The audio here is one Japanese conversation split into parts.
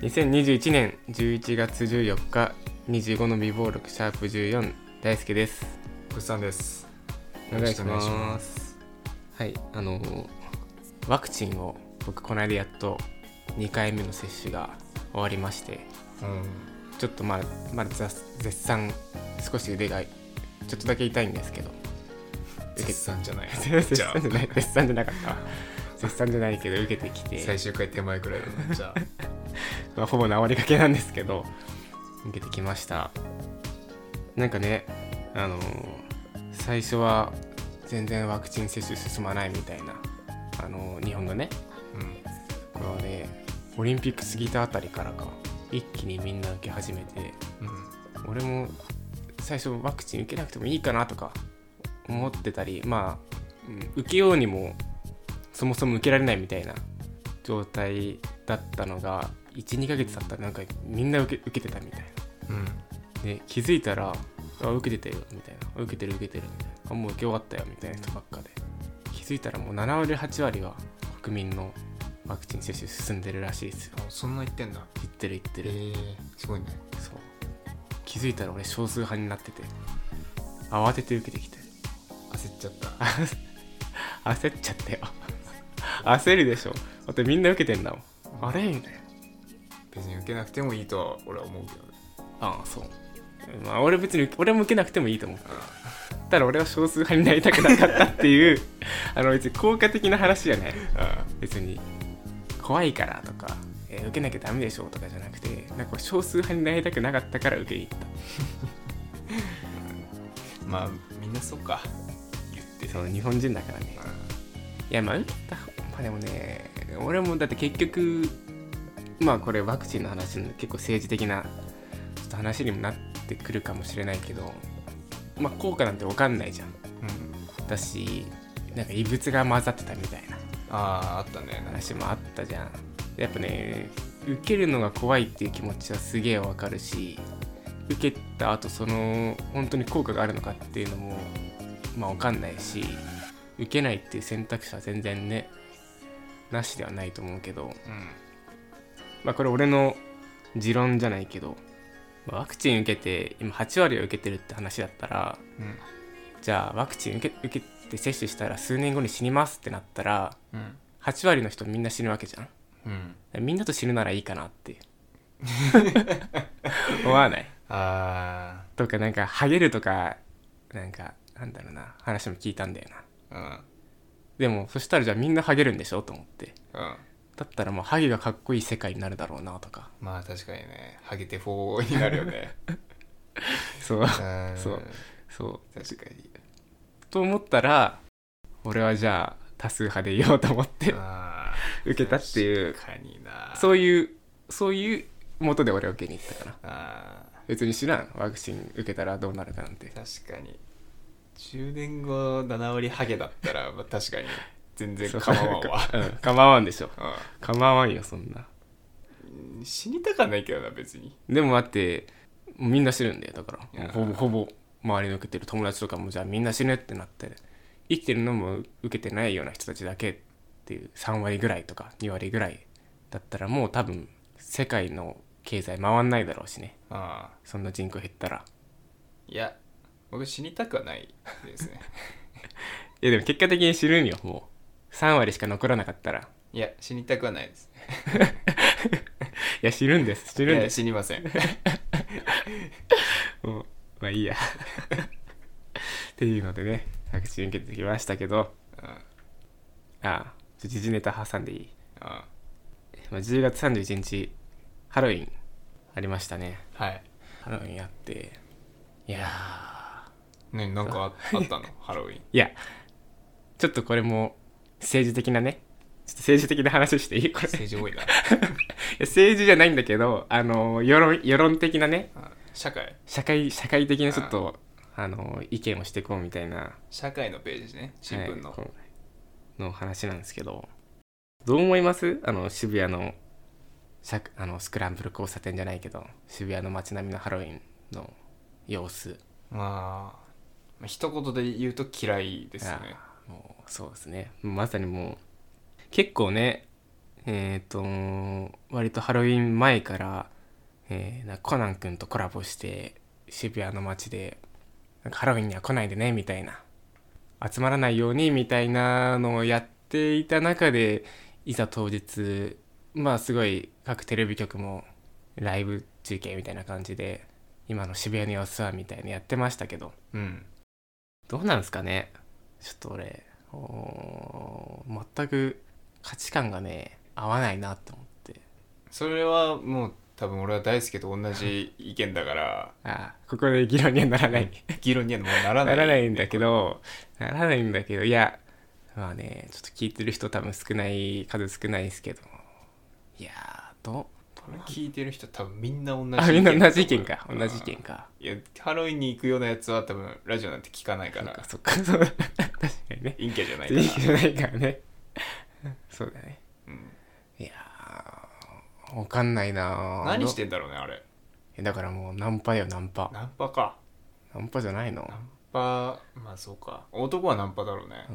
2021年11月14日25の微暴録シャープ14大輔ですぐっさんですお願いしますはいあのーワクチンを僕この間やっと2回目の接種が終わりましてうんちょっとまあまだざ絶賛少し腕がちょっとだけ痛いんですけど受け絶賛じゃない 絶じゃあ賛じゃない絶賛じゃなかったわ絶賛じゃないけど受けてきて最終回手前くらいだな じゃまあ、ほぼ治りかけなんですけど受けてきましたなんかねあのー最初は全然ワクチン接種進まないみたいなあのー日本のねあ、うん、これはねオリンピック過ぎたあたりからか一気にみんな受け始めてうん、俺も最初ワクチン受けなくてもいいかなとか思ってたりまあうん受けようにもそもそも受けられないみたいな状態だったのが12ヶ月経ったらなんかみんな受け受けてたみたいうん、なで気づいたらあ受けてたよみたいなあ受けてる受けてるみたいなあもう受け終わったよみたいな人ばっかで気づいたらもう7割8割は国民のワクチン接種進んでるらしいですよあそんな言ってんだ言ってる言ってえるー、すごいねそう気づいたら俺少数派になってて慌てて受けてきて 焦っちゃった焦っちゃったよ 焦るでしょだってみんな受けてんだもんあれみたいな別に受けなくてもいいとは俺は思うけどああそうまあ俺別に俺も受けなくてもいいと思うただ俺は少数派になりたくなかったっていう あの別に効果的な話じゃないあ別に怖いからとか、えー受けなきゃダメでしょとかじゃなくてなんか少数派になりたくなかったから受けに行ったまあみんなそうか言ってそう日本人だからねいやまあ打った方まあでもね俺もだって結局まあこれワクチンの話の結構政治的なちょっと話にもなってくるかもしれないけどまあ効果なんて分かんないじゃんうん、うん、だしなんか異物が混ざってたみたいなああーあったねなんか話もあったじゃんやっぱね受けるのが怖いっていう気持ちはすげえわかるし受けた後その本当に効果があるのかっていうのもまあわかんないし受けないっていう選択肢は全然ねなしではないと思うけどまあこれ俺の持論じゃないけどまあワクチン受けて今8割を受けてるって話だったらうんうんじゃあワクチン受け受けて接種したら数年後に死にますってなったらうん8割の人みんな死ぬわけじゃんうんみんなと死ぬならいいかなって 思わないあとかなんかハゲるとかなんかなんだろうな話も聞いたんだよなあうんでもそしたらじゃあみんなハゲるんでしょと思ってうんだったらもうハゲがかっこいい世界になるだろうなとかまあ確かにねハゲて4になるよ ねそううんそうそう確かにと思ったら俺はじゃあ多数派でいようと思ってあ受けたっていう確かになそういうそういう元で俺は受けに行ったかなあ別に知らんワクチン受けたらどうなるかなんてー確かに10年後7割ハゲだったら、まあ、確かに全然そう構わんかわうん構わんでしょう構わんよそんなん死にたかないけどな別にでも待ってみんな死ぬんだよだからいやほぼほぼ周りの受けてる友達とかもじゃあみんな死ぬってなって生きてるのも受けてないような人たちだけっていう3割ぐらいとか2割ぐらいだったらもう多分世界の経済回んないだろうしねああそんな人口減ったらいや僕死にたくはないです ねいやでも結果的に死ぬんよもう3割しか残らなかったらいや死にたくはないですいや死ぬんです死ぬんいでやす死にま せんもうまあいいや っていうのでね拍手受けてきましたけどうんあああちょ時事ネタ挟んでいいあまあ、10月31日ハロウィンありましたねはいハロウィンあっていやーねなんかああったのハロウィンいやちょっとこれも政治的なねちょっと政治的な話していいこれい政治多いなや政治じゃないんだけどあの世論世論的なねあ社会社会社会的なちょっとあの意見をしていこうみたいな社会のページね新聞の、はいこうの話なんですけどどう思いますあの渋谷のしゃあのスクランブル交差点じゃないけど渋谷の街並みのハロウィンの様子まあまあ一言で言うと嫌いですねあーもうそうですねまさにもう結構ねえっ、と割とハロウィン前から、えーなんかコナン君とコラボして渋谷の街でなんかハロウィンには来ないでねみたいな集まらないようにみたいなのをやっていた中でいざ当日まあすごい各テレビ局もライブ中継みたいな感じで今の渋谷の様子はみたいなやってましたけどうんどうなんですかねちょっと俺おー全く価値観がね合わないなと思ってそれはもう多分俺は大輔と同じ意見だからあーここで議論にはならない議論にはもうならなないらないんだけどならないんだけどいやまあねちょっと聞いてる人多分少ない数少ないですけどいやーどこれ聞いてる人多分みんな同じうあみんな同じ意見かうん同じ意見かいやハロウィンに行くようなやつは多分ラジオなんて聞かないかそっらかそっか そう確かにね陰キャじゃないかいらいじゃないからねそうだねうんいやーわかんないなー何してんだろうねあれえだからもうナンパだよナンパナンパかナンパじゃないのナンパまあそうか男はナンパだろうね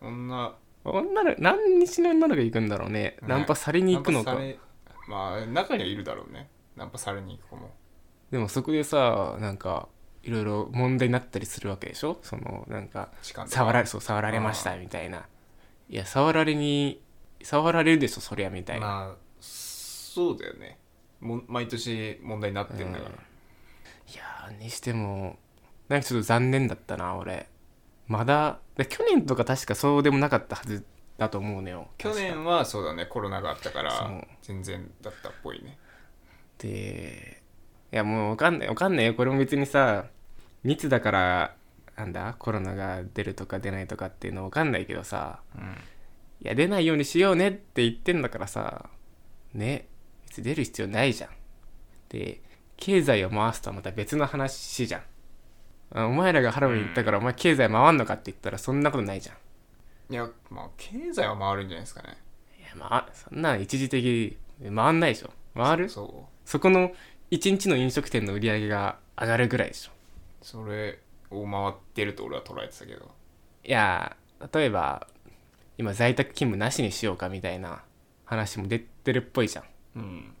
うん女女の何日の女の子行くんだろうねねナンパされに行くのかナンパされまあ中にはいるだろうねナンパされに行く子もでもそこでさなんかいろいろ問題になったりするわけでしょそのなんか痴漢とか触られそう触られましたみたいないや触られに触られるでしょそりゃみたいな、まあそうだよねも毎年問題になってんだから、うんいやーにしてもなんかちょっと残念だったな俺まだで去年とか確かそうでもなかったはずだと思うのよ去年確かはそうだねコロナがあったかそらう全然だったっぽいねでいやもうわかんないわかんないよこれも別にさ密だからなんだコロナが出るとか出ないとかっていうのわかんないけどさうんいや出ないようにしようねって言ってんだからさね別に出る必要ないじゃんで経済を回すとはまた別の話じゃんあお前らがハロウィン行ったからお前経済回んのかって言ったらそんなことないじゃんいやまあ経済は回るんじゃないですかねいやまあそんなん一時的に回んないでしょ回るそそこの一日の飲食店の売り上げが上がるぐらいでしょうそれを回ってると俺は捉えてたけどいや例えば今在宅勤務なしにしようかみたいな話も出てるっぽいじゃんうん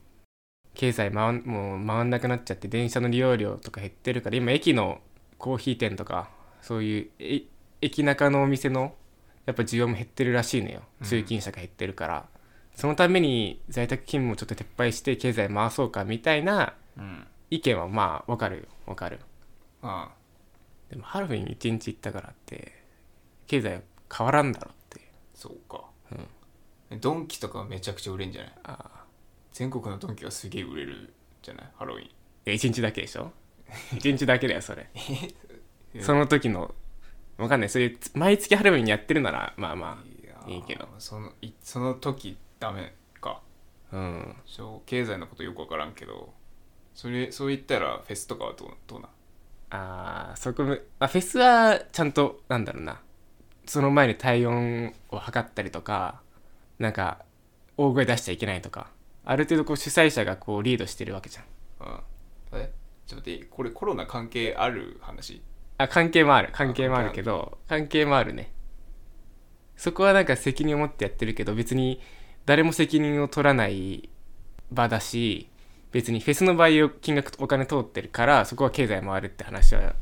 経済回んもう回んなくなっちゃって電車の利用料とか減ってるから今駅のコーヒー店とかそういうえ駅中のお店のやっぱ需要も減ってるらしいのようん通勤者が減ってるから、そのために在宅勤務をちょっと撤廃して経済回そうかみたいなうん意見はまあわかるよわかるあでもハロウィン一日行ったからって経済は変わらんだろっていうそうか、ドンキとかはめちゃくちゃ売れんじゃないああ全国のドンキはすげえ売れるじゃないハロウィンえ一日だけでし ょ一日だけだよそれえその時のわかんないそういう毎月ハロウィンにやってるならまあまいやいいけどそのいその時ダメかあうんそう経済のことよく分からんけどそれそう言ったらフェスとかはどうどうなんあーそこあフェスはちゃんとなんだろうなその前に体温を測ったりとかなんか大声出しちゃいけないとかある程度こう主催者がこうリードしてるわけじゃんうんえちょっと待ってこれコロナ関係ある話あ関係もある関係もあるけど関係もあるねそこはなんか責任を持ってやってるけど別に誰も責任を取らない場だし別にフェスの場合金額お金通ってるからそこは経済回るって話は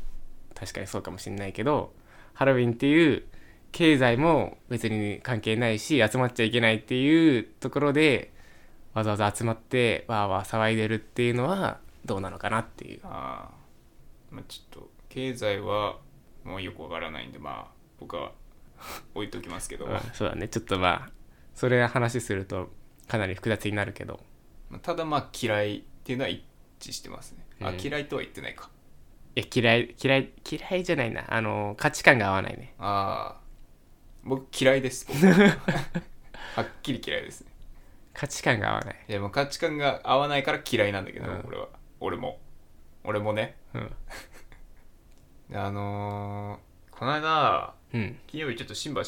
確かにそうかもしれないけどハロウィンっていう経済も別に関係ないし集まっちゃいけないっていうところでわざわざ集まってわーわー騒いでるっていうのはどうなのかなっていうああまあちょっと経済はもうよくわからないんでまあ僕は置いときますけど、うんそうだねちょっとまあそれ話するとかなり複雑になるけどまあただまあ嫌いっていうのは一致してますね、うあん嫌いとは言ってないかいや嫌い嫌い嫌いじゃないなあの価値観が合わないね ああ僕嫌いです僕はっきり嫌いですね価値観が合わないいやもう価値観が合わないから嫌いなんだけど、うん俺は俺も俺もねうん、あのーこの間うん金曜日ちょっと新橋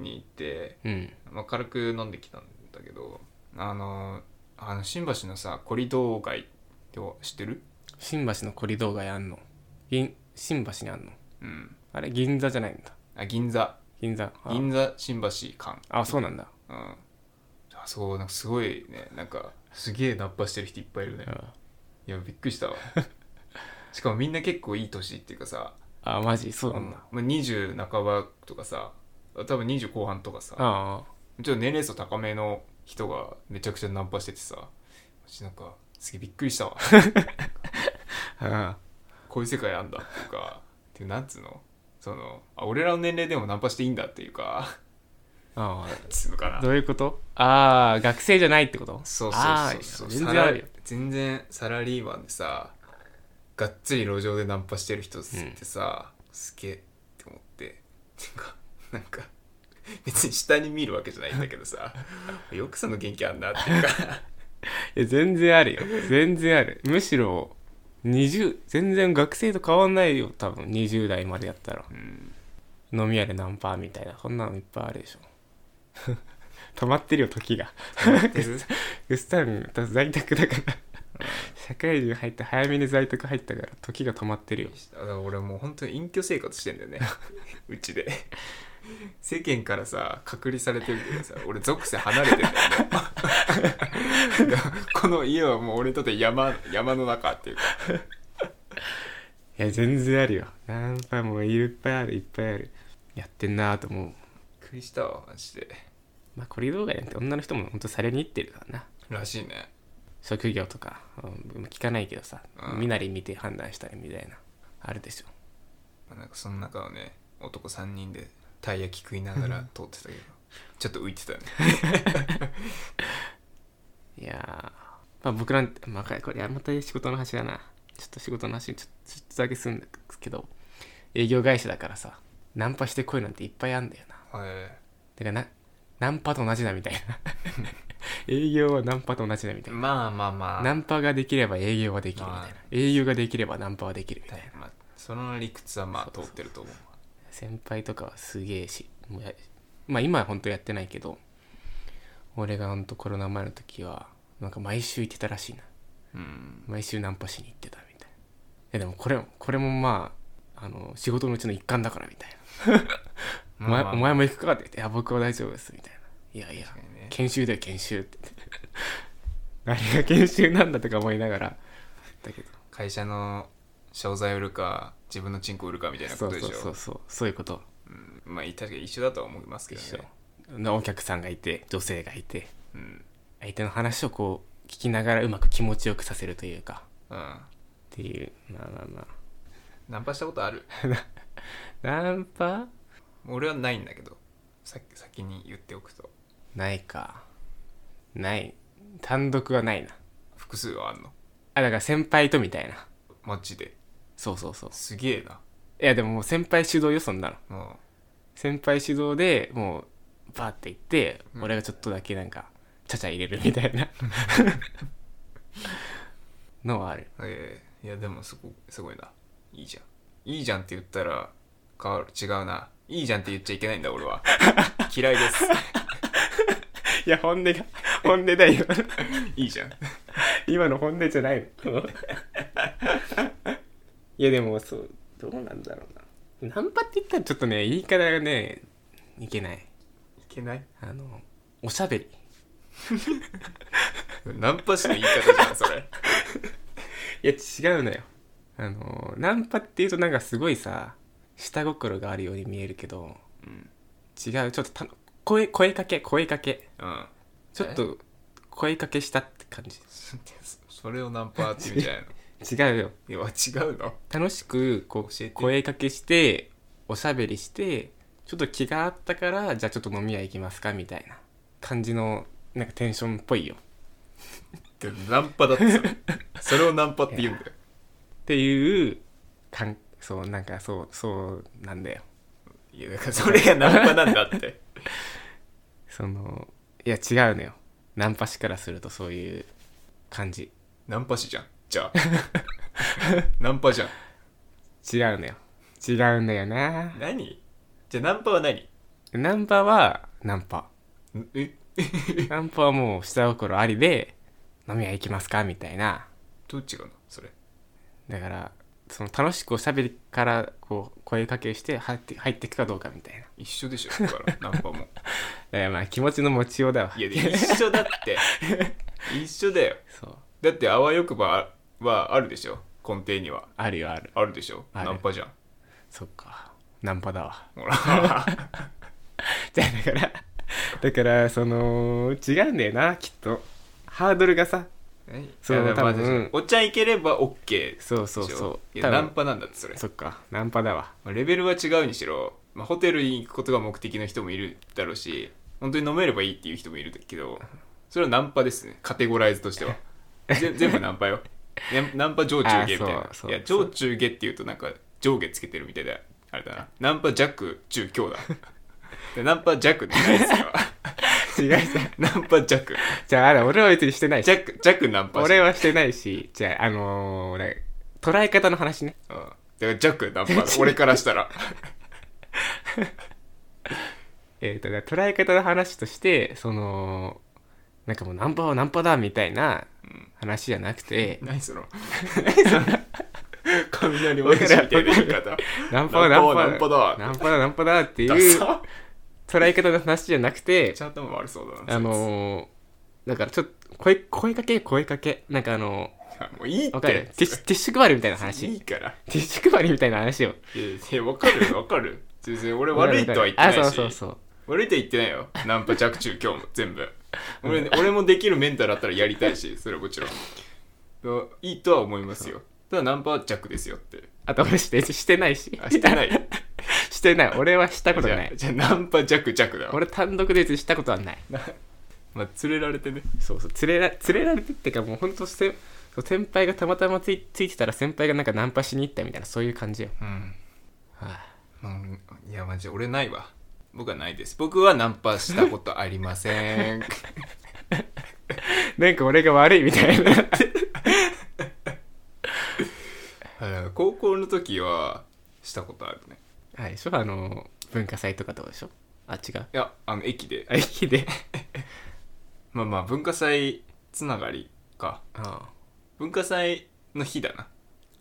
に行って、うん、まあ、軽く飲んできたんだけどあのーあの新橋のさコリドー街って知ってる新橋のコリドー街あんの銀新橋にあんのうんあれ銀座じゃないんだあ銀座銀座あ銀座新橋間あそうなんだうん、ああそうなんかすごいねなんかすげえナッパしてる人いっぱいいるねうんいやびっく りしたわしかもみんな結構いい年っていうかさ、あマジそううなんんまだ、あ、20半ばとかさ多分20後半とかさちょあっと年齢層高めの人がめちゃくちゃナンパしててさ私なんかすげえびっくりしたわあうんこういう世界あんだっていうかっていうなんつうのそのあ俺らの年齢でもナンパしていいんだっていうかあつうのかなあどういうことああ学生じゃないってことそうあそうーそうそう全然あるよ全然サラリーマンでさがっつり路上でナンパしてる人ってさ、すげえって思っててかなんか別に下に見るわけじゃないんだけど さよくその元気あんなっていうかいや全然あるよ全然あるむしろ20全然学生と変わんないよ多分20代までやったら うん飲み屋でナンパみたいなそんなのいっぱいあるでしょ 溜まってるよ時が てるうっさん私在宅だから社会人入って早めに在宅入ったから時が止まってるよだから俺もう本当に隠居生活してんだ よねうちで世間からさ隔離されてるけどさ俺属性離れてんだ よねだからこの家はもう俺にとって山山の中っていうかいや全然あるよナンパもいっぱいあるいっぱいあるやってんなぁと思うびっくりしたわマジでまあこれ動画なんて女の人もほんとされに行ってるからならしいね職業とか、うん、聞かないけどさ、うん見なり見て判断したりみたいなあるでしょまあなんかその中をね男3人でたい焼き食いながら通ってたけどちょっと浮いてたねいやーまあ僕なんて、まあ、これまた仕事の話だなちょっと仕事の話ちょちょっとだけするんですけど営業会社だからさナンパしてこいなんていっぱいあんだよなはいてかなナンパと同じだみたい な営業はナンパと同じだみたいなまあまあまあナンパができれば営業はできるみたいな、まあ営業ができればナンパはできるみたいなまあその理屈はまあ通ってると思う先輩とかはすげえしもうやまあ今は本当やってないけど俺がほんとコロナ前の時はなんか毎週行ってたらしいなうん毎週ナンパしに行ってたみたいないやでもこれもこれもまああの仕事のうちの一環だからみたいな「お前お前も行くか?」って言って「いや僕は大丈夫です」みたいな「いやいや確かにね研修だよ研修」って 何が研修なんだとか思いながらだけど会社の商材売るか自分のチンコ売るかみたいなこそとうでしそょうそうそうそういうことうんまあ確かに一緒だとは思いますけ一ど緒ね、なお客さんがいて女性がいてうん相手の話をこう聞きながらうまく気持ちよくさせるというかうんっていうまあまあまナンパしたことあるあナンパ俺はないんだけどさ先に言っておくとないかない単独はないな複数はあんのあだから先輩とみたいなマジでそうそうそうすげえないやでももう先輩主導よそんなのも先輩主導でもうバーって行って、うん俺がちょっとだけなんかちゃちゃ入れるみたい なのはあるうええいやでもすごすごいないいじゃんいいじゃんって言ったら変わる違うないいじゃんって言っちゃいけないんだ俺は嫌い ですいや本音が本音だよいいじゃん今の本音じゃないの いやでもそうどうなんだろうなナンパって言ったらちょっとね言い方がねいけないいけないあのおしゃべりナンパ師の言い方じゃんそれいや違うのよあのナンパっていうとなんかすごいさ下心があるように見えるけどうん、違うちょっとた声声かけ声かけうん、ちょっと声かけしたって感じそ それをナンパって言うんじゃないの違うよいや違うの楽しくこ教えてう声かけしておしゃべりしてちょっと気があったからじゃあちょっと飲み屋行きますかみたいな感じのなんかテンションっぽいよでもナンパだってそ れそれをナンパって言うんだよっていうかんそうなんかそうそうなんだよいやだからそれがナンパなんだってそのいや違うのよナンパ師からするとそういう感じ ナンパ師じゃんじ ゃあナンパじゃん違うのよ違うんだよな何じゃあナンパは何ナンパはナンパんえナンパはもう下心ありで飲み屋行きますかみたいなどう違うのそれだからその楽しくおしゃべりからこう声かけして入って入っていくかどうかみたいな一緒でしょ だからナンパもだからまあ気持ちの持ちようだわいやで一緒だって一緒だよそうだってあわよくばはあるでしょ根底にはあるよあるあるでしょあるナンパじゃんそっかナンパだわほ らじゃあだから だからその違うんだよなきっとハードルがさ何そういや多分まずうんおっちゃんいければ OK そうそうでしょそいう多や分ナンパなんだってそれそっかナンパだわまあレベルは違うにしろ、まあ、ホテルに行くことが目的の人もいるだろうし本当に飲めればいいっていう人もいるけどそれはナンパですねカテゴライズとして はぜ全部ナンパよ、ねナンパ上中下みたいあなーそうそういや上中下っていうとなんか上下つけてるみたいであれだなナンパ弱中強だでナンパ弱ってないですよ 違うじゃん ナンパ弱じゃああれ俺は別にしてないし弱弱ナンパ俺はしてないしじゃああのー、俺捉え方の話ねうん、だから弱ナン パ俺からしたらえー、とだから捉え方の話としてそのなんかもうナンパはナンパだみたいな話じゃなくて、何その 雷おやじみたいな言い方ナンパはナンパナンパはナナンパだナンパだっていダうサ捉え方の話じゃなくてちゃんとも悪そうだなあのー、だからちょっと声声かけ声かけなんかあのそいついやもういいっー、わてかるティッシュティッシュ配りみたいない話いからティッシュ配りみたいな話をいやいやわかるよわかる全然俺悪いとは言ってあないしそうそうそう悪いとは言ってないよナンパ着中今日も全部 俺俺もできるメンタルあったらやりたいしそれはもちろんいいとは思いますよただナンパは弱ですよってあと俺してしてないしあしてない してない俺はしたことじがゃなあいじゃあナンパ弱弱だわ俺単独でしたことはないな まあ連れられてねそうそう連れら連れられてってかもうほんとせそう先輩がたまたまついついてたら先輩がなんかナンパしに行ったみたいなそういう感じよ、うんはいうんいやマジ俺ないわ僕はないです僕はナンパしたことありま せんなんか俺が悪いみたいなあの高校の時はしたことあるねはいでしょあの文化祭とかどうでしょあ違ういやあの駅であ駅 でまあまあ文化祭つながりかあ文化祭の日だな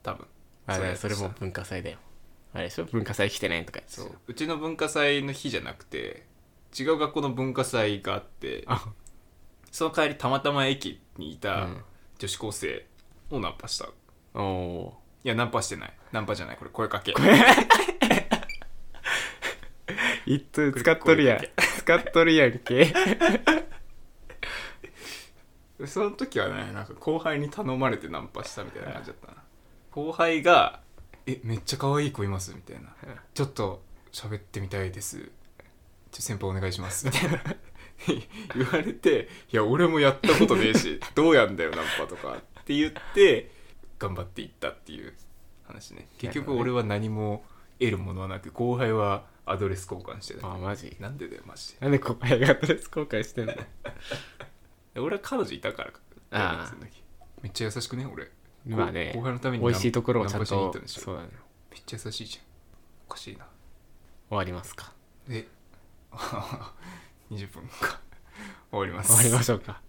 多分あれそそうれやも文化祭だよあれでしょ文化祭来てないとかそううちの文化祭の日じゃなくて違う学校の文化祭があってあその帰りたまたま駅にいうたん女子高生をナンパしたいおおやナンパしてないナンパじゃないこれ声かけーいっと使っとるやん使っとるやんけ その時はねなんか後輩に頼まれてナンパしたみたいな感じだったな後輩が「えめっちゃ可愛い子います」みたいな「ちょっと喋ってみたいです」「ちょ先輩お願いします」みたいな 言われて「いや俺もやったことねえ しどうやんだよナンパとか」って言って頑張っていったっていう話ね結局俺は何も得るものはなく後輩はアドレス交換してたあマジなんでだよマジでなんでここがアドレス公開してんので俺は彼女いたからかああその時めっちゃ優しくね俺まあね後輩のために美味しいところをちゃんナとンパしに行ったんでしょそうだねめっちゃ優しいじゃんおかしいな終わりますか え20分か終わります終わりましょうか